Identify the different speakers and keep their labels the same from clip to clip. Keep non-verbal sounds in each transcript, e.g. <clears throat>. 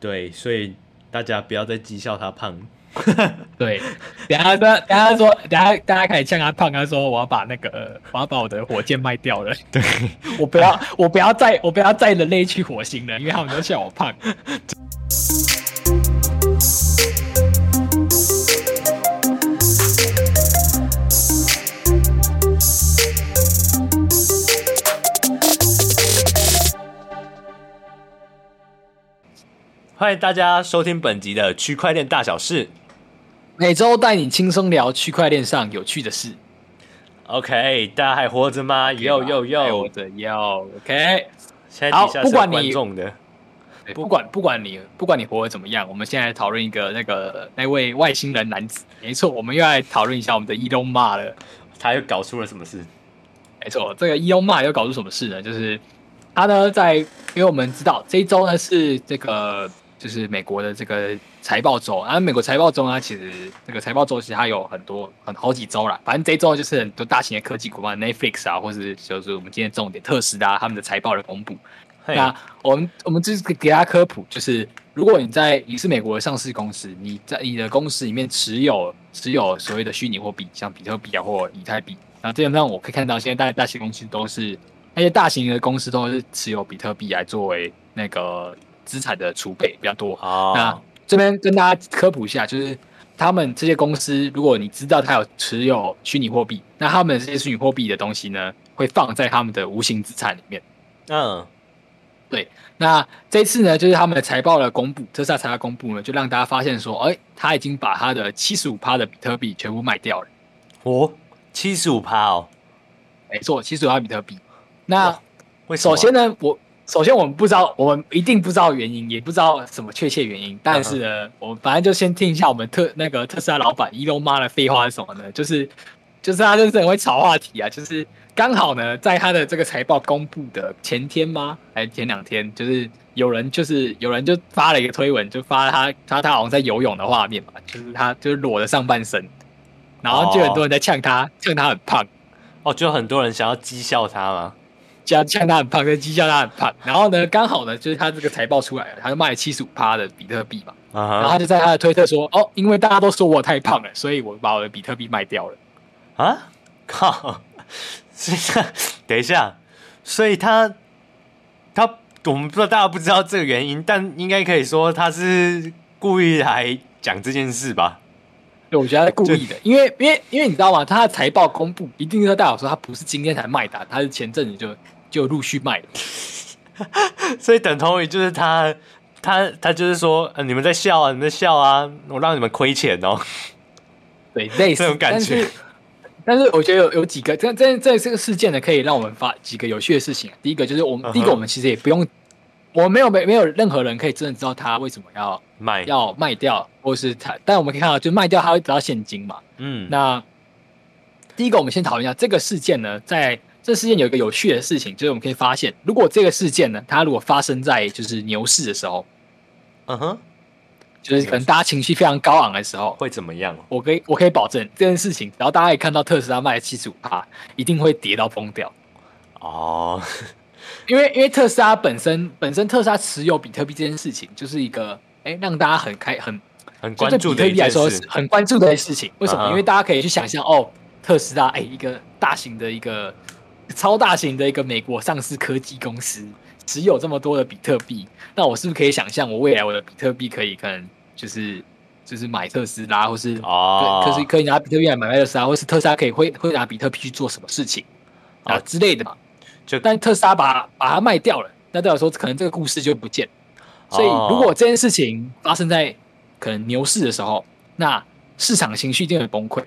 Speaker 1: 对，所以大家不要再讥笑他胖。
Speaker 2: 对，等下他等下他说，等下大家开始呛他胖，他说我要把那个我要把我的火箭卖掉了，
Speaker 3: 对，
Speaker 2: <laughs> 我不要我不要再我不要载人类去火星了，因为他们都笑我胖。
Speaker 1: 欢迎大家收听本集的区块链大小事。
Speaker 2: 每周带你轻松聊区块链上有趣的事。
Speaker 1: OK，大家还活着吗？又又
Speaker 2: 哎我
Speaker 1: 又，
Speaker 2: 的要 OK。
Speaker 1: 现在
Speaker 2: 好
Speaker 1: 底下
Speaker 2: 不
Speaker 1: 是有
Speaker 2: 管
Speaker 1: 观
Speaker 2: 你
Speaker 1: 众的，
Speaker 2: 不管不管你不管你活得怎么样，我们现在讨论一个那个那位外星人男子，没错，我们又来讨论一下我们的伊隆马了。
Speaker 1: 他又搞出了什么事？
Speaker 2: 没错，这个伊隆马又搞出什么事呢？就是他呢在，因为我们知道这一周呢是这个就是美国的这个财报周，啊，美国财报周呢，其实这个财报周其实它有很多很好几周啦，反正这一周就是很多大型的科技股嘛，Netflix 啊，或是就是我们今天重点特斯拉他们的财报的公布。
Speaker 1: 嘿
Speaker 2: 那我们我们就是给大家科普，就是如果你在你是美国的上市公司，你在你的公司里面持有持有所谓的虚拟货币，像比特币啊或以太币，然后基本上我可以看到现在大大型公司都是那些大型的公司都是持有比特币来作为那个资产的储备比较多。那
Speaker 1: 哦，
Speaker 2: 啊这边跟大家科普一下，就是他们这些公司，如果你知道他有持有虚拟货币，那他们这些虚拟货币的东西呢，会放在他们的无形资产里面。
Speaker 1: 嗯，
Speaker 2: 那这次呢，就是他们的财报的公布，特斯拉财报公布呢，就让大家发现说，哎、他已经把他的七十五趴的比特币全部卖掉了。
Speaker 1: 哦，七十五趴哦，
Speaker 2: 没错，七十五趴比特币。那
Speaker 1: 哇为什么
Speaker 2: 首先呢，我首先我们不知道，我们一定不知道原因，也不知道什么确切原因。
Speaker 1: 嗯
Speaker 2: 但是呢，我们反正就先听一下我们特那个特斯拉老板伊隆妈的废话是什么呢？就是就是他真的是很会炒话题啊，就是刚好呢，在他的这个财报公布的前天吗？还是前两天？就是有人就是有人就发了一个推文，就发他他他好像在游泳的画面嘛，就是他就是裸着上半身，然后就很多人在呛他，呛他很胖。
Speaker 1: 哦，就很多人想要讥笑他嘛。
Speaker 2: 加呛他很胖，跟讥笑他很胖。然后 <laughs> 呢，刚好呢，就是他这个财报出来了，他就卖七十五趴的比特币嘛。
Speaker 1: 啊
Speaker 2: 然后
Speaker 1: 哈
Speaker 2: 他就在他的推特说：“哦，因为大家都说我太胖了，所以我把我的比特币卖掉了。
Speaker 1: 啊，靠！所以他等一下，所以他他我们不知道大家不知道这个原因，但应该可以说他是故意来讲这件事吧？”
Speaker 2: 对，我觉得他是故意的，因为因为因为你知道吗？他的财报公布，一定是代表说他不是今天才卖的啊，他是前阵子就就陆续卖的。
Speaker 1: 所以等同于就是他他他就是说、呃，你们在笑啊，你们在笑啊，我让你们亏钱哦。
Speaker 2: 对，类似
Speaker 1: 这种感觉
Speaker 2: 但是。但是我觉得有有几个，这这这这个事件呢，可以让我们发几个有趣的事情啊。第一个就是我们，
Speaker 1: 嗯哼
Speaker 2: 第一个我们其实也不用，我们没有没没有任何人可以真的知道他为什么要
Speaker 1: 买，
Speaker 2: 要卖掉，或是他，但我们可以看到，就卖掉他会得到现金嘛。
Speaker 1: 嗯，
Speaker 2: 那第一个，我们先讨论一下这个事件呢，在这事件有一个有趣的事情，就是我们可以发现，如果这个事件呢，它如果发生在就是牛市的时候，
Speaker 1: 嗯哼，
Speaker 2: 就是可能大家情绪非常高昂的时候，
Speaker 1: 会怎么样？哦
Speaker 2: 我可以我可以保证这件事情，然后大家也看到特斯拉卖七十五趴，一定会跌到崩掉。
Speaker 1: 哦，
Speaker 2: 因为因为特斯拉本身本身特斯拉持有比特币这件事情，就是一个哎、让大家很开很
Speaker 1: 很
Speaker 2: 就
Speaker 1: 关
Speaker 2: 对
Speaker 1: 注
Speaker 2: 比
Speaker 1: 的
Speaker 2: 特
Speaker 1: 一
Speaker 2: 币来
Speaker 1: 件
Speaker 2: 说是
Speaker 1: 事，
Speaker 2: 很关注的事情。为什
Speaker 1: 嗯
Speaker 2: 么？
Speaker 1: 哼
Speaker 2: 因为大家可以去想象，哦，特斯拉，哎，一个大型的一个超大型的一个美国上市科技公司，只有这么多的比特币，那我是不是可以想象，我未来我的比特币可以可能就是就是买特斯拉，或是
Speaker 1: 哦，
Speaker 2: 可可是可以拿比特币来买特斯拉，或是特斯拉可以会会拿比特币去做什么事情啊
Speaker 1: 哦
Speaker 2: 之类的嘛？
Speaker 1: 就
Speaker 2: 但特斯拉把把它卖掉了，那代表说可能这个故事就不见了。所以
Speaker 1: 哦
Speaker 2: 如果这件事情发生在可能牛市的时候，那市场情绪一定很崩溃。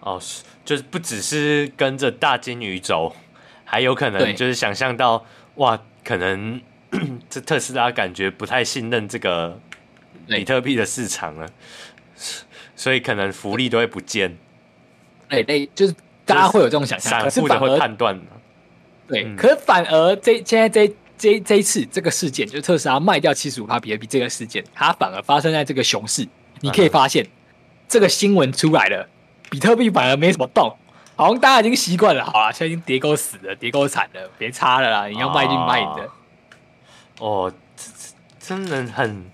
Speaker 1: 哦，是就是不只是跟着大金鱼走，还有可
Speaker 2: 对
Speaker 1: 能就是想象到哇，可能 <clears throat> 这特斯拉感觉不太信任这个
Speaker 2: 对
Speaker 1: 比特币的市场了，所以可能福利都会不见，
Speaker 2: 哎，类就是大家会有这种想象，
Speaker 1: 散
Speaker 2: 可是
Speaker 1: 户的
Speaker 2: 反
Speaker 1: 会
Speaker 2: 而
Speaker 1: 判断。
Speaker 2: 对，
Speaker 1: 嗯
Speaker 2: 可是反而这现在这这这一次这个事件，就是特斯拉卖掉七十五帕比特币这个事件，它反而发生在这个熊市。你可以发现，这个新闻出来了，比特币反而没怎么动。好像大家已经习惯了，好啦，现在已经跌够死了，跌够惨了，别差了啦！你要卖就卖你的，
Speaker 1: 哦，这这真的很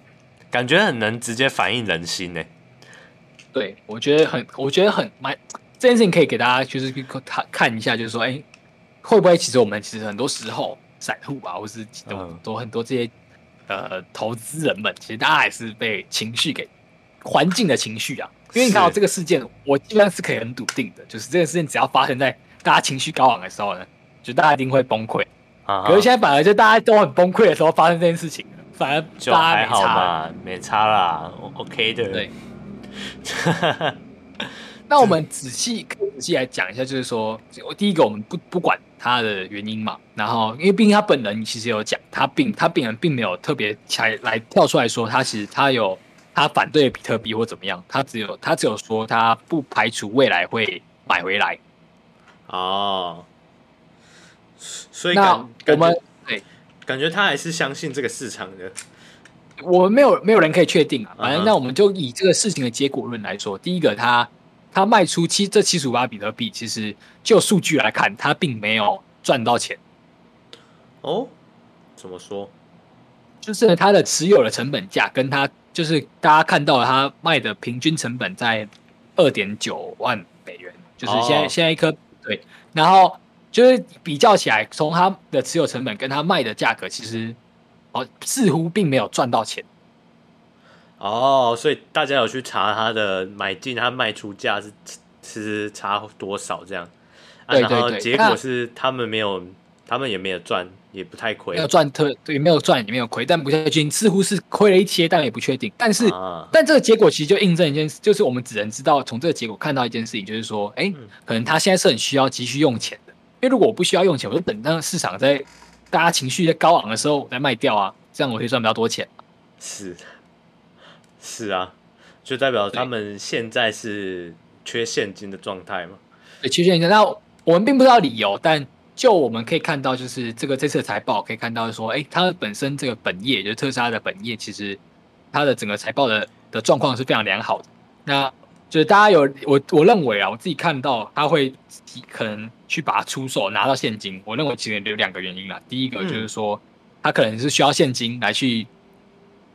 Speaker 1: 感觉很能直接反映人心呢、
Speaker 2: 对，我觉得很，我觉得很蛮这件事情可以给大家就是去看看一下，就是说，哎、会不会其实我们其实很多时候散户吧，或是很多
Speaker 1: 嗯
Speaker 2: 多很多这些呃投资人们，其实大家还是被情绪给环境的情绪啊。因为你看到
Speaker 1: 是
Speaker 2: 这个事件，我基本上是可以很笃定的，就是这个事件只要发生在大家情绪高昂的时候呢，就大家一定会崩溃。
Speaker 1: 啊哈，
Speaker 2: 可是现在反而就大家都很崩溃的时候发生这件事情，反而
Speaker 1: 就
Speaker 2: 大家
Speaker 1: 还
Speaker 2: 没
Speaker 1: 好
Speaker 2: 差。
Speaker 1: 嘛，没差啦，O-，OK 的。
Speaker 2: 对，那我们仔细可以仔细来讲一下，就是说，我第一个我们不不管他的原因嘛，然后因为毕竟他本人其实有讲，他并他病人并没有特别才来跳出来说他其实他有他反对比特币或怎么样，他只有他只有说他不排除未来会买回来。
Speaker 1: <laughs> 哦，所以
Speaker 2: 那
Speaker 1: 感
Speaker 2: 我
Speaker 1: 感
Speaker 2: 们
Speaker 1: 觉
Speaker 2: 对，
Speaker 1: 感觉他还是相信这个市场的。
Speaker 2: 我们没有没有人可以确定啊，
Speaker 1: 嗯
Speaker 2: 反正
Speaker 1: 哼
Speaker 2: 那我们就以这个事情的结果论来说，第一个他他卖出七这七十五八比特币，其实就数据来看，他并没有赚到钱。
Speaker 1: 哦，怎么说？
Speaker 2: 就是它的持有的成本价跟它就是大家看到它卖的平均成本在二点九万美元，就是现在、
Speaker 1: 哦
Speaker 2: 现在一颗对，然后就是比较起来，从它的持有成本跟它卖的价格，其实哦似乎并没有赚到钱。
Speaker 1: 哦，所以大家有去查他的买进、他卖出价是是差多少这样？啊，
Speaker 2: 对
Speaker 1: 然后
Speaker 2: 对对
Speaker 1: 结
Speaker 2: 那
Speaker 1: 果是他们没有，他们也没有赚，也不太亏
Speaker 2: 没有赚特对，没有赚也没有亏，但不确定，似乎是亏了一些，但也不确定。但是，
Speaker 1: 啊。
Speaker 2: 但这个结果其实就印证一件事，就是我们只能知道从这个结果看到一件事情，就是说，哎、
Speaker 1: 嗯
Speaker 2: 可能他现在是很需要急需用钱的，因为如果我不需要用钱，我就等那个市场在大家情绪在高昂的时候我再卖掉啊，这样我可以赚比较多钱。
Speaker 1: 是是啊，就代表他
Speaker 2: 对
Speaker 1: 们现在是缺现金的状态嘛？
Speaker 2: 对，其实你那我们并不知道理由，但就我们可以看到，就是这个这次的财报可以看到说，哎，它本身这个本业就是特斯拉的本业，其实它的整个财报的的状况是非常良好的。那就是大家有我我认为啊，我自己看到它会提可能去把它出售拿到现金，我认为其实有两个原因啦。第一个就是说，它可能是需要现金来去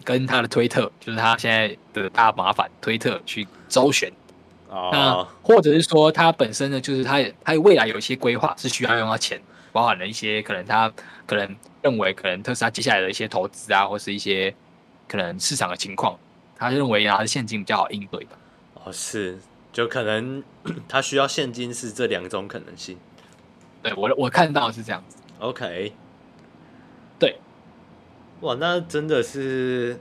Speaker 2: 跟它的推特，就是它现在的大麻烦推特去周旋那
Speaker 1: 哦，
Speaker 2: 或者是说他本身呢，就是他也他未来有一些规划是需要用到钱，包含了一些可能他可能认为可能特斯拉接下来的一些投资啊，或是一些可能市场的情况，他认为拿着现金比较好应对吧。
Speaker 1: 哦是，就可能 <clears throat> 他需要现金是这两种可能性。
Speaker 2: 对我我看到的是这样子，
Speaker 1: OK，
Speaker 2: 对，
Speaker 1: 哇，那真的是，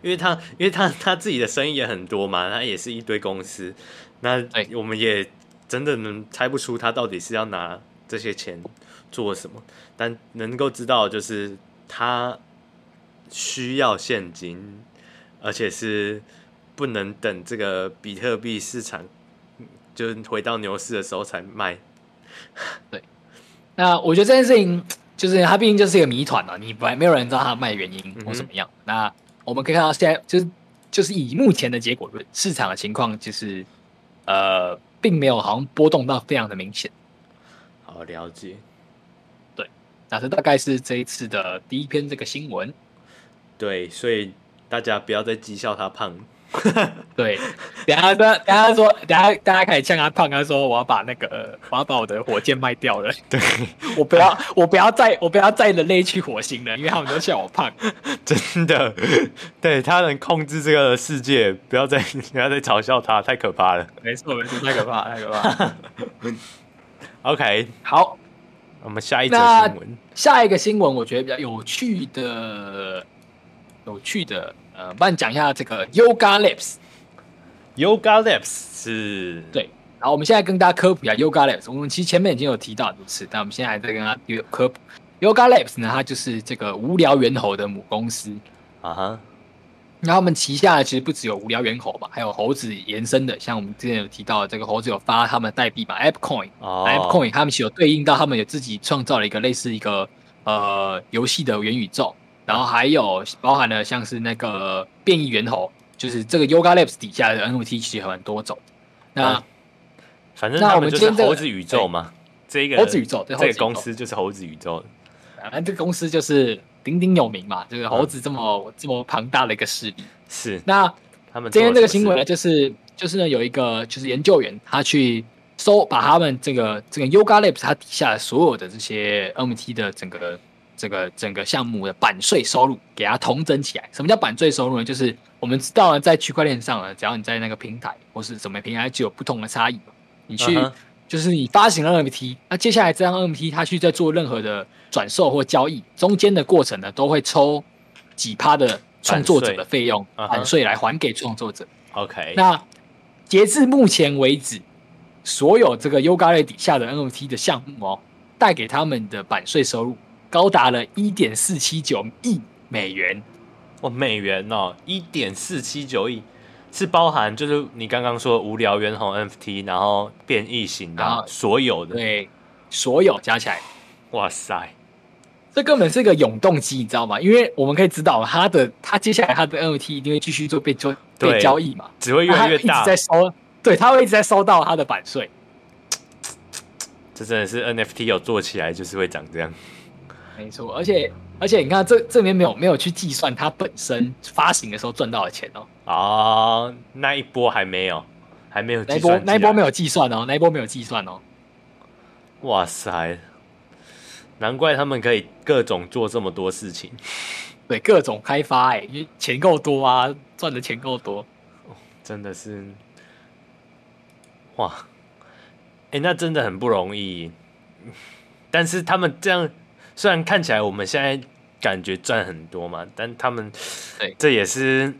Speaker 1: 因为他因为他他自己的生意也很多嘛，他也是一堆公司，那
Speaker 2: 对
Speaker 1: 我们也真的能猜不出他到底是要拿这些钱做什么，但能够知道就是他需要现金，而且是不能等这个比特币市场嗯就是回到牛市的时候才卖，
Speaker 2: 那我觉得这件事情就是它毕竟就是一个谜团啊，你本来没有人知道它卖的原因
Speaker 1: 嗯哼
Speaker 2: 或怎么样。那我们可以看到现在就是就是以目前的结果论，市场的情况就是呃，并没有好像波动到非常的明显。
Speaker 1: 好了解。
Speaker 2: 那这大概是这一次的第一篇这个新闻。
Speaker 1: 对，所以大家不要再讥笑他胖。 <laughs>
Speaker 2: 对，等一下大等一下说，等一下大家可以呛他胖，他说我要把那个我要把我的火箭卖掉了，
Speaker 1: 对，
Speaker 2: <laughs> 我不要我不要再我不要再人类去火星了，因为他们都笑我胖。
Speaker 1: 真的，对他能控制这个世界，不要再 <laughs> 不要再嘲笑他，太可怕了。
Speaker 2: 没错没错，太可怕太可怕。
Speaker 1: OK，
Speaker 2: 好，
Speaker 1: 我们下一则
Speaker 2: 那
Speaker 1: 新闻。
Speaker 2: 下一个新闻我觉得比较有趣的，有趣的，呃，帮你讲一下这个 Yoga Labs。
Speaker 1: Yoga Labs 是，
Speaker 2: 对，然后我们现在跟大家科普一下 Yoga Labs。我们其实前面已经有提到很多次，但我们现在还在跟大家科普。Yoga Labs 呢，它就是这个无聊猿猴的母公司。
Speaker 1: 啊哈，
Speaker 2: 那他们旗下其实不只有无聊猿猴嘛，还有猴子延伸的，像我们之前有提到的，这个猴子有发他们的代币嘛，App Coin、
Speaker 1: 哦
Speaker 2: App Coin，他们其实有对应到他们有自己创造了一个类似一个呃游戏的元宇宙，然后还有包含了像是那个变异猿猴，就是这个 Yoga Labs 底下的 NFT 其实有很多种。那、
Speaker 1: 嗯反正
Speaker 2: 那
Speaker 1: 他
Speaker 2: 我
Speaker 1: 们
Speaker 2: 们
Speaker 1: 就
Speaker 2: 今
Speaker 1: 是
Speaker 2: 天这个
Speaker 1: 猴子宇宙嘛，这一个
Speaker 2: 猴子宇宙对猴
Speaker 1: 这
Speaker 2: 子宇
Speaker 1: 个
Speaker 2: 宙
Speaker 1: 公司就是猴子宇宙。
Speaker 2: 反正这个公司就是鼎鼎有名嘛，这个猴子这么、这么庞大的一个势力。
Speaker 1: 是
Speaker 2: 那
Speaker 1: 他们
Speaker 2: 今天这
Speaker 1: 做了
Speaker 2: 个
Speaker 1: 什
Speaker 2: 新
Speaker 1: 么
Speaker 2: 闻呢，
Speaker 1: 事
Speaker 2: 就是就是呢，有一个就是研究员，他去搜把他们这个这个 Yoga Labs 它底下所有的这些 MT 的整个这个整个项目的版税收入，给它统整起来。什么叫版税收入呢？就是我们知道呢，在区块链上呢，只要你在那个平台或是什么平台，就有不同的差异嘛。你去、
Speaker 1: 嗯哼
Speaker 2: 就是你发行了 NFT，那接下来这张 NFT 它去在做任何的转售或交易，中间的过程呢，都会抽几趴的创作者的费用
Speaker 1: 嗯哼哎
Speaker 2: 版税来还给创作者。
Speaker 1: OK，
Speaker 2: 那截至目前为止，所有这个 Yoga 类底下的 NFT 的项目哦，带给他们的版税收入高达了一点四七九亿美元。
Speaker 1: 哦，美元哦，一点四七九亿，是包含就是你刚刚说无聊猿猴 NFT，然后变异型的、
Speaker 2: 然后
Speaker 1: 所有的，
Speaker 2: 啊对，所有加起来，
Speaker 1: 哇塞，
Speaker 2: 这根本是个永动机，你知道吗？因为我们可以知道，它的它接下来它的 NFT 一定会继续做被交
Speaker 1: 对
Speaker 2: 被交易嘛，
Speaker 1: 只会越
Speaker 2: 它
Speaker 1: 来越
Speaker 2: 啊一直
Speaker 1: 大，
Speaker 2: 在收，对，它会一直在收到它的版税。
Speaker 1: 这真的是 NFT 有做起来就是会长这样，
Speaker 2: 没错，而且而且你看这这边没有没有去计算它本身发行的时候赚到的钱哦，
Speaker 1: 哦，那一波还没有，还没有
Speaker 2: 那一
Speaker 1: 计
Speaker 2: 波
Speaker 1: 算啊
Speaker 2: 那一波没
Speaker 1: 有，
Speaker 2: 有计算哦，那一波没有计算哦。
Speaker 1: 哇塞，难怪他们可以各种做这么多事情，
Speaker 2: 对，各种开发哎、因为钱够多啊，赚的钱够多。
Speaker 1: 真的是，哇，哎、那真的很不容易。但是他们这样，虽然看起来我们现在感觉赚很多嘛，但他们
Speaker 2: 对
Speaker 1: 这也是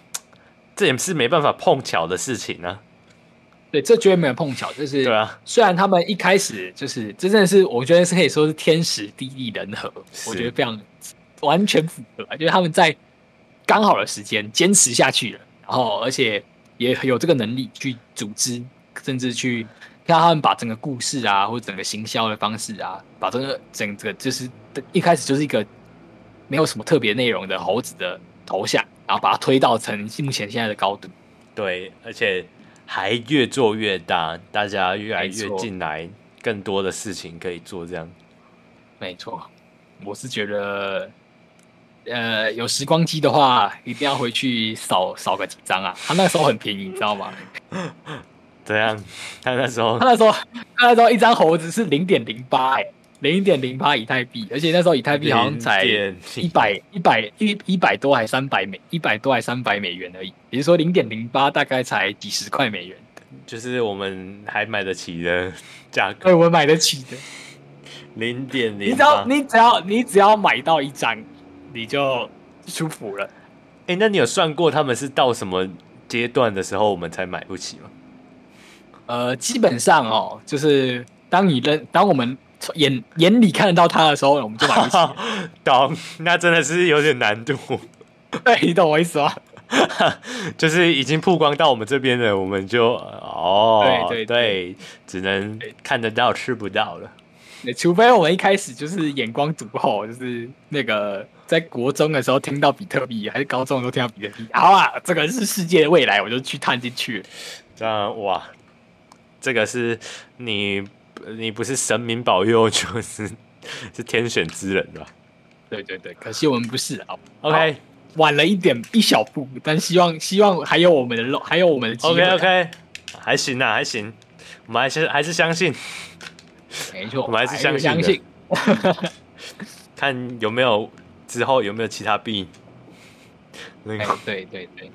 Speaker 1: <clears throat> 这也是没办法碰巧的事情啊。
Speaker 2: 对，这绝对没有碰巧，就是
Speaker 1: 对啊，
Speaker 2: 虽然他们一开始就是这真的是，我觉得是可以说是天时地利人和，
Speaker 1: 是
Speaker 2: 我觉得非常完全符合，就是他们在刚好的时间坚持下去了，然后而且也有这个能力去组织，甚至去让他们把整个故事啊，或者整个行销的方式啊，把整个整个就是一开始就是一个没有什么特别内容的猴子的头像，然后把它推到成目前现在的高度。
Speaker 1: 对，而且还越做越大，大家越来
Speaker 2: 没
Speaker 1: 越
Speaker 2: 错
Speaker 1: 进来，更多的事情可以做，这样
Speaker 2: 没错，我是觉得，呃，有时光机的话，一定要回去扫扫个几张啊。他那时候很便宜，你知道吗？
Speaker 1: 这样。啊他那时候
Speaker 2: 他那时候，他那时候一张猴子是零点零八，哎，零点零八以太币，而且那时候以太币好像才一
Speaker 1: 一
Speaker 2: 百一百一一百多还三百美，一百多还三百美元而已，也就是说零点零八大概才几十块美元，
Speaker 1: 就是我们还买得起的价格，
Speaker 2: 对我买得起的。
Speaker 1: 零点零。
Speaker 2: 你只要你只要你只要买到一张，你就舒服了。
Speaker 1: 哎、那你有算过他们是到什么阶段的时候我们才买不起吗？
Speaker 2: 呃，基本上哦，就是当你认，当我们从眼眼里看得到它的时候，我们就买不起。
Speaker 1: <laughs> 懂，那真的是有点难度， <laughs>
Speaker 2: 对，你懂我意思吗？
Speaker 1: 就是已经曝光到我们这边了，我们就哦，
Speaker 2: 对对
Speaker 1: 对，只能看得到吃不到了。
Speaker 2: 对除非我们一开始就是眼光独厚，就是那个在国中的时候听到比特币，还是高中的时候听到比特币，好啊，这个是世界的未来，我就去探进去了。
Speaker 1: 那哇，这个是你你不是神明保佑，就是 <laughs> 是天选之人吧
Speaker 2: 对对对，可惜我们不是啊。
Speaker 1: ？OK。
Speaker 2: 好晚了一点一小步，但希望希望还有我们的肉，还有我们的机会
Speaker 1: OK
Speaker 2: 啊。
Speaker 1: OK，还行啊，还行，我们还是还是相信，
Speaker 2: 没错，
Speaker 1: 我们还是相信的
Speaker 2: 相信。
Speaker 1: 看有没有之后有没有其他币。那
Speaker 2: 哎
Speaker 1: 个
Speaker 2: 对对对。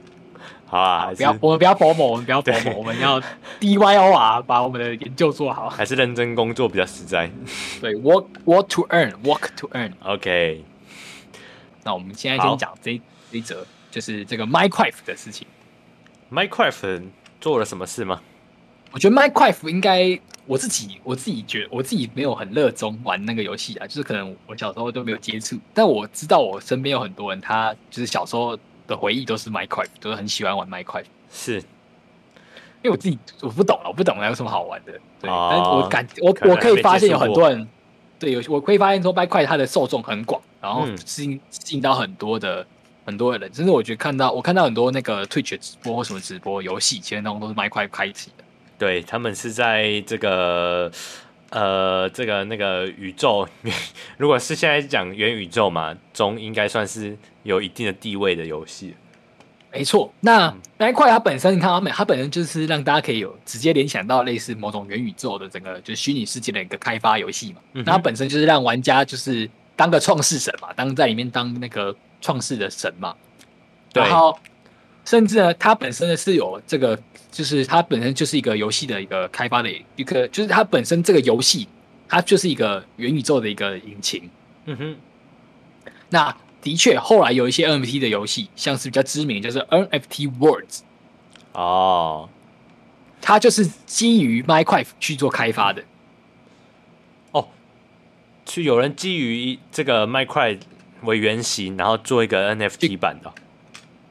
Speaker 1: 好啊，还
Speaker 2: 不
Speaker 1: 是
Speaker 2: 要，我们不要薄膜，我们不要薄
Speaker 1: 对
Speaker 2: 膜，我们 <laughs> 要 DYO 啊，把我们的研究做好。
Speaker 1: 还是认真工作比较实在。
Speaker 2: 对，work work to earn，work to earn。
Speaker 1: OK，
Speaker 2: 那我们现在
Speaker 1: 好
Speaker 2: 先讲这一这一则，就是这个 Minecraft 的事情。
Speaker 1: Minecraft 做了什么事吗？
Speaker 2: 我觉得 Minecraft 应该我自己我自己觉我自己没有很热衷玩那个游戏啊，就是可能我小时候都没有接触，但我知道我身边有很多人，他就是小时候的回忆都是 Minecraft，都是很喜欢玩 Minecraft。
Speaker 1: 是
Speaker 2: 因为我自己我不懂了，啊我不懂了有什么好玩的。对，
Speaker 1: 哦
Speaker 2: 但是我感我
Speaker 1: 可能
Speaker 2: 我可以发现有
Speaker 1: 还没接触过
Speaker 2: 很多人，对，有我可以发现说麦块它的受众很广，然后
Speaker 1: 嗯
Speaker 2: 吸引吸引到很多的很多的人，甚至我觉得看到我看到很多那个 Twitch 直播或什么直播游戏，其实那种都是麦块开启的。
Speaker 1: 对他们是在这个呃，这个那个宇宙， <laughs> 如果是现在讲元宇宙嘛，中应该算是有一定的地位的游戏。嗯
Speaker 2: 没错，那那一块它本身，你看它本它本身就是让大家可以有直接联想到类似某种元宇宙的整个就是虚拟世界的一个开发游戏嘛。
Speaker 1: 嗯哼
Speaker 2: 那它本身就是让玩家就是当个创世神嘛，当在里面当那个创世的神嘛。
Speaker 1: 对
Speaker 2: 然后甚至呢，它本身呢是有这个，就是它本身就是一个游戏的一个开发的一个，就是它本身这个游戏它就是一个元宇宙的一个引擎。
Speaker 1: 嗯哼，
Speaker 2: 那的确，后来有一些 NFT 的游戏，像是比较知名，就是 NFT Worlds。
Speaker 1: 哦，
Speaker 2: 它就是基于 Minecraft 去做开发的。
Speaker 1: 去有人基于这个麦块为原型，然后做一个 NFT 版的。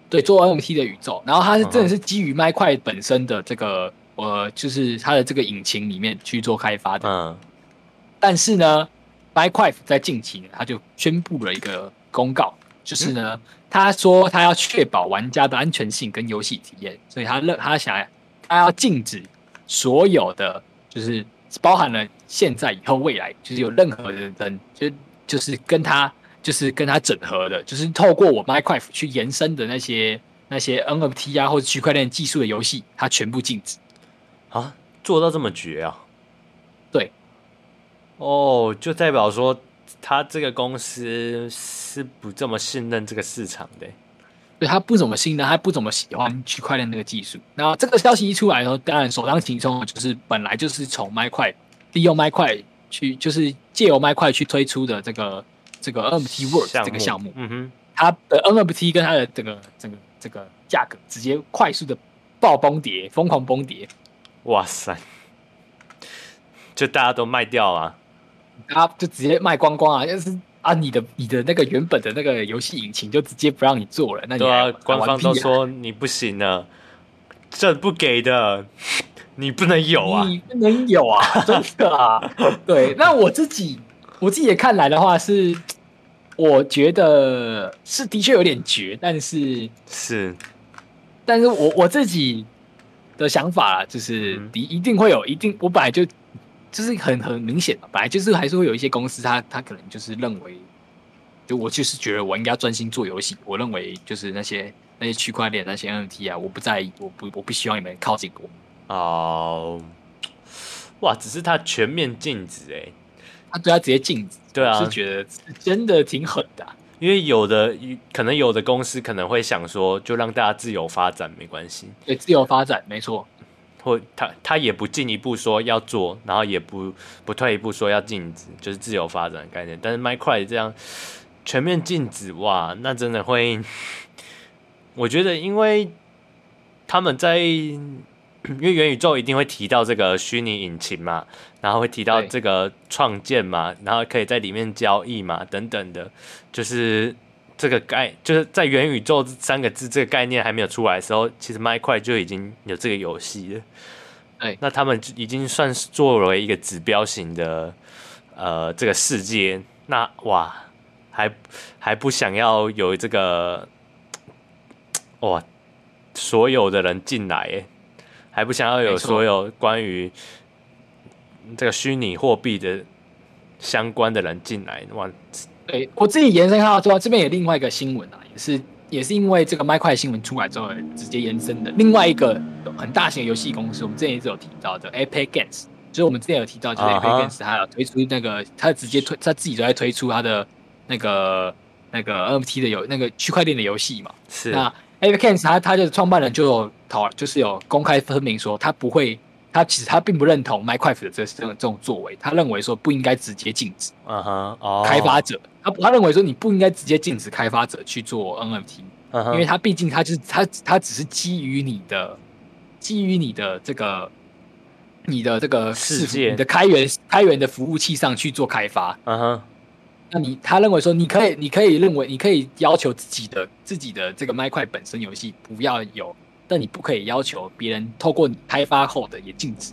Speaker 2: 对，做 NFT 的宇宙，然后它
Speaker 1: 嗯
Speaker 2: 是
Speaker 1: 哼
Speaker 2: 真的是基于麦块本身的这个呃，就是它的这个引擎里面去做开发的。
Speaker 1: 嗯，
Speaker 2: 但是呢，Minecraft 在近期呢，它就宣布了一个公告，就是呢，他说他要确保玩家的安全性跟游戏体验，所以他认他想他要禁止所有的，就是包含了现在、以后、未来，就是有任何的人，就就是跟他就是跟他整合的，就是透过我 Minecraft 去延伸的那些那些 NFT 啊或者区块链技术的游戏，它全部禁止。
Speaker 1: 啊，做到这么绝啊？
Speaker 2: 对，
Speaker 1: 哦，就代表说他这个公司是不这么信任这个市场的。
Speaker 2: 对他不怎么信任，他不怎么喜欢区块链那个技术。那这个消息一出来的时候，当然首当其冲的就是本来就是从麦块利用麦块去，就是借由麦块去推出的这个这个 NFT World 这个项目，
Speaker 1: 嗯哼，
Speaker 2: 它的 NFT 跟它的这个这个这个价格直接快速的爆崩跌，疯狂崩跌。
Speaker 1: 哇塞，就大家都卖掉啊。
Speaker 2: 他就直接卖光光啊！就是啊，你的你的那个原本的那个游戏引擎就直接不让你做了，那你
Speaker 1: 对
Speaker 2: 还
Speaker 1: 啊，
Speaker 2: 玩
Speaker 1: 官方
Speaker 2: 屁啊
Speaker 1: 都说你不行了，这不给的， <laughs> 你不能有啊。
Speaker 2: 你不能有
Speaker 1: <laughs>
Speaker 2: 啊，真的啊。对，那我自己我自己的看来的话是，我觉得是的确有点绝，但是
Speaker 1: 是，
Speaker 2: 但是我我自己的想法啦，就是
Speaker 1: 嗯
Speaker 2: 一一定会有，一定我本来就就是很很明显嘛，本来就是还是会有一些公司他，他可能就是认为，就我就是觉得我应该专心做游戏，我认为就是那些那些区块链那些 NFT 啊，我不在意，我不我不希望你们靠近我，
Speaker 1: 哦，哇，只是他全面禁止哎、
Speaker 2: 他对他直接禁止，
Speaker 1: 对啊
Speaker 2: 我是觉得真的挺狠的啊、
Speaker 1: 因为有的可能有的公司可能会想说，就让大家自由发展没关系，
Speaker 2: 对自由发展没错，
Speaker 1: 或他他也不进一步说要做，然后也不不退一步说要禁止，就是自由发展的概念。但是麦块这样全面禁止，哇，那真的会，我觉得因为他们在。因为元宇宙一定会提到这个虚拟引擎嘛，然后会提到
Speaker 2: 对
Speaker 1: 这个创建嘛，然后可以在里面交易嘛，等等的，就是这个概，就是在元宇宙这三个字这个概念还没有出来的时候，其实麦块就已经有这个游戏了。
Speaker 2: 对
Speaker 1: 那他们就已经算是作为一个指标型的呃这个世界，那哇，还还不想要有这个哇，所有的人进来耶，还不想要有
Speaker 2: 没错
Speaker 1: 所有关于这个虚拟货币的相关的人进来，哇，
Speaker 2: 对我自己延伸看到之后，这边有另外一个新闻啊，也是也是因为这个麦块新闻出来之后，直接延伸的另外一个很大型的游戏公司，我们之前一直有提到的 Epic Games，就是我们之前有提到，就是
Speaker 1: 啊
Speaker 2: Epic
Speaker 1: 哈
Speaker 2: Games 它有推出那个，它直接推，它自己都在推出它的那个那个 NFT 的游那个区块链的游戏嘛。
Speaker 1: 是
Speaker 2: 那 Epic Games 它它的创办人就有讨，就是有公开声明说，他不会，他其实他并不认同 Minecraft 的这这种这种作为，他认为说不应该直接禁止。
Speaker 1: 嗯哼，哦，
Speaker 2: 开发，者，他他认为说你不应该直接禁止开发者去做 NFT，、
Speaker 1: 嗯哼，
Speaker 2: 因为他毕竟他就是他他只是基于你的基于你的这个你的这个
Speaker 1: 世
Speaker 2: 伺服
Speaker 1: 界
Speaker 2: 你的开源开源的服务器上去做开发，
Speaker 1: 嗯哼，
Speaker 2: 那你他认为说你可以你可以认为你可以要求自己的自己的这个麦块本身游戏不要有，但你不可以要求别人透过你开发后的也禁止。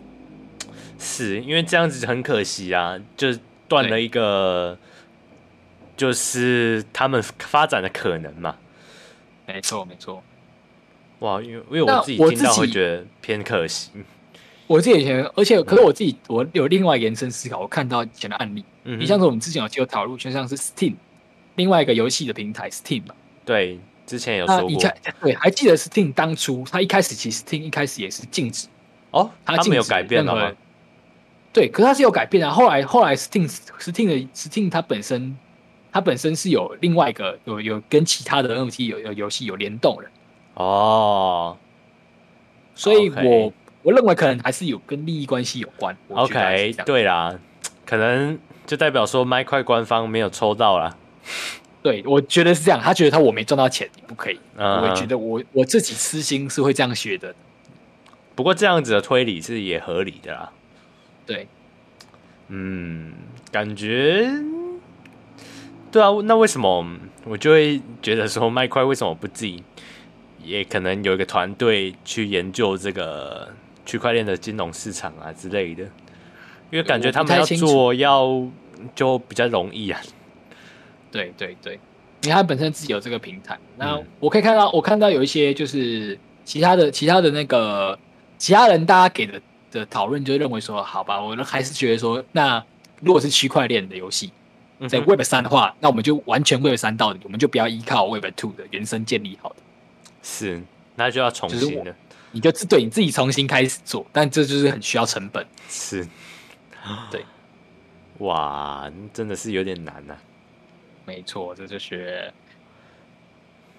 Speaker 1: 是因为这样子很可惜啊，就是断了一个，就是他们发展的可能嘛。
Speaker 2: 没错没错，
Speaker 1: 哇，因为因为
Speaker 2: 那
Speaker 1: 我自己
Speaker 2: 我
Speaker 1: 听
Speaker 2: 自
Speaker 1: 到会
Speaker 2: 己
Speaker 1: 觉得偏可惜。
Speaker 2: 我自己以前，而且可是我自己，我有另外延伸思考，我看到以前的案例，
Speaker 1: 嗯哼
Speaker 2: 你像是我们之前有就有讨论，就像是 Steam 另外一个游戏的平台 Steam 嘛，
Speaker 1: 对，之前有
Speaker 2: 那
Speaker 1: 说
Speaker 2: 呃以
Speaker 1: 过
Speaker 2: 前对，还记得 Steam 当初它一开始其实 Steam 一开始也是禁止
Speaker 1: 哦，
Speaker 2: 它
Speaker 1: 他
Speaker 2: 禁
Speaker 1: 们有
Speaker 2: 止
Speaker 1: 改变
Speaker 2: 任
Speaker 1: 了
Speaker 2: 何
Speaker 1: 吗
Speaker 2: 人？对，可是它是有改变啊。后来后来 Steam Steam 的 Steam 它本身它本身是有另外一个有有跟其他的 NFT 有有游戏有联动的，
Speaker 1: 哦
Speaker 2: 所以
Speaker 1: OK
Speaker 2: 我我认为可能还是有跟利益关系有关。我觉得还是
Speaker 1: ，OK，
Speaker 2: 这样
Speaker 1: 对啦，可能就代表说麦块官方没有抽到啦。
Speaker 2: 对，我觉得是这样。他觉得他我没赚到钱，你不可以。
Speaker 1: 嗯
Speaker 2: 我也觉得我我自己私心是会这样学的。
Speaker 1: 不过这样子的推理是也合理的啦。
Speaker 2: 对，
Speaker 1: 嗯，感觉对啊，那为什么我就会觉得说麦块为什么不自己也可能有一个团队去研究这个区块链的金融市场啊之类的？因为感觉
Speaker 2: 我不
Speaker 1: 他们
Speaker 2: 太
Speaker 1: 要
Speaker 2: 清楚
Speaker 1: 做要就比较容易啊。
Speaker 2: 对对对，因为他本身自己有这个平台。那
Speaker 1: 嗯
Speaker 2: 我可以看到，我看到有一些就是其他的其他的那个其他人大家给的的讨论，就认为说，好吧，我还是觉得说，那如果是区块链的游戏，
Speaker 1: 嗯
Speaker 2: 在
Speaker 1: 哼
Speaker 2: Web 三的话，那我们就完全 Web 三到底，我们就不要依靠 Web two 的原生建立好的，
Speaker 1: 是，那就要重
Speaker 2: 就是
Speaker 1: 新
Speaker 2: 我
Speaker 1: 了。
Speaker 2: 你就自对你自己重新开始做，但这就是很需要成本。
Speaker 1: 是，
Speaker 2: 对，
Speaker 1: 哇，真的是有点难呐、啊
Speaker 2: 没错，这就是，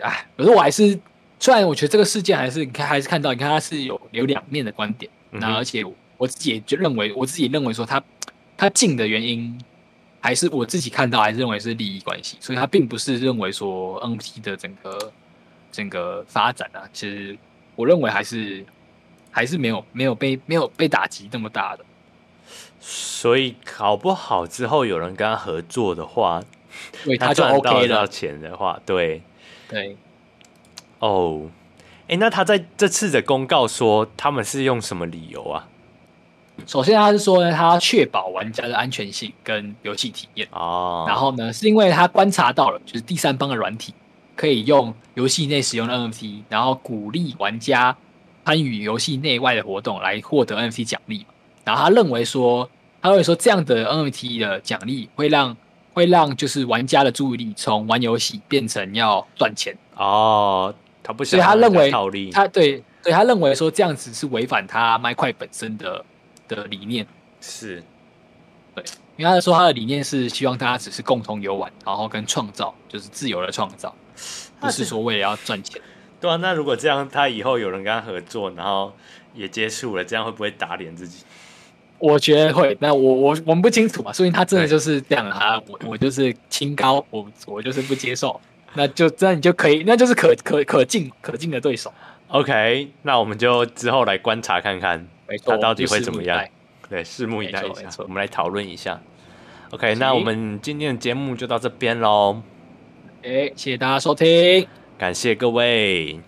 Speaker 2: 哎，可是我还是，虽然我觉得这个事件还是你看还是看到，你看它是有有两面的观点，
Speaker 1: 嗯哼
Speaker 2: 那而且我我自己也就认为，我自己认为说它它进的原因，还是我自己看到还是认为是利益关系，所以它并不是认为说 NFT 的整个整个发展啊，其实我认为还是还是没有没有被没有被打击那么大的，
Speaker 1: 所以考不好之后，有人跟他合作的话，
Speaker 2: 对，它就
Speaker 1: 赚到
Speaker 2: OK
Speaker 1: 得到
Speaker 2: 了，
Speaker 1: 钱的话，对
Speaker 2: 对。
Speaker 1: 哦。哎、那他在这次的公告说他们是用什么理由啊？
Speaker 2: 首先，他是说呢，他要确保玩家的安全性跟游戏体验。
Speaker 1: 哦，
Speaker 2: 然后呢，是因为他观察到了，就是第三方的软体可以用游戏内使用的 NFT，然后鼓励玩家参与游戏内外的活动来获得 NFT 奖励嘛。然后他认为说，他认为说这样的 NFT 的奖励会让会让就是玩家的注意力从玩游戏变成要赚钱。
Speaker 1: 哦，他不
Speaker 2: 所
Speaker 1: 想
Speaker 2: 以他
Speaker 1: 让人
Speaker 2: 认为
Speaker 1: 家套利，
Speaker 2: 他对对他认为说这样子是违反他麦块本身的的理念。
Speaker 1: 是
Speaker 2: 因为他说他的理念是希望大家只是共同游玩，然后跟创造，就是自由的创造，不是说为了要赚钱。
Speaker 1: 对啊。那如果这样，他以后有人跟他合作，然后也接触了，这样会不会打脸自己？
Speaker 2: 我觉得会，那我我我们不清楚嘛，所以他真的就是这样啊，我我就是清高，我我就是不接受，那就这样你就可以，那就是可可可敬可敬的对手，
Speaker 1: OK，那我们就之后来观察看看，
Speaker 2: 没错，
Speaker 1: 他到底
Speaker 2: 我
Speaker 1: 会
Speaker 2: 们
Speaker 1: 怎
Speaker 2: 就拭
Speaker 1: 么
Speaker 2: 目以
Speaker 1: 样
Speaker 2: 待？
Speaker 1: 对，拭目以待
Speaker 2: 没
Speaker 1: 一
Speaker 2: 错
Speaker 1: 下
Speaker 2: 没，错
Speaker 1: 我们来讨论一下。OK，那我们今天的节目就到这边喽，
Speaker 2: 哎、谢谢大家收听，
Speaker 1: 感谢各位，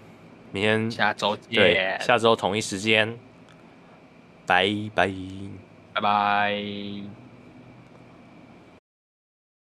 Speaker 1: 明天
Speaker 2: 下周
Speaker 1: 对
Speaker 2: 见，
Speaker 1: 下周同一时间，拜拜。
Speaker 2: 拜拜。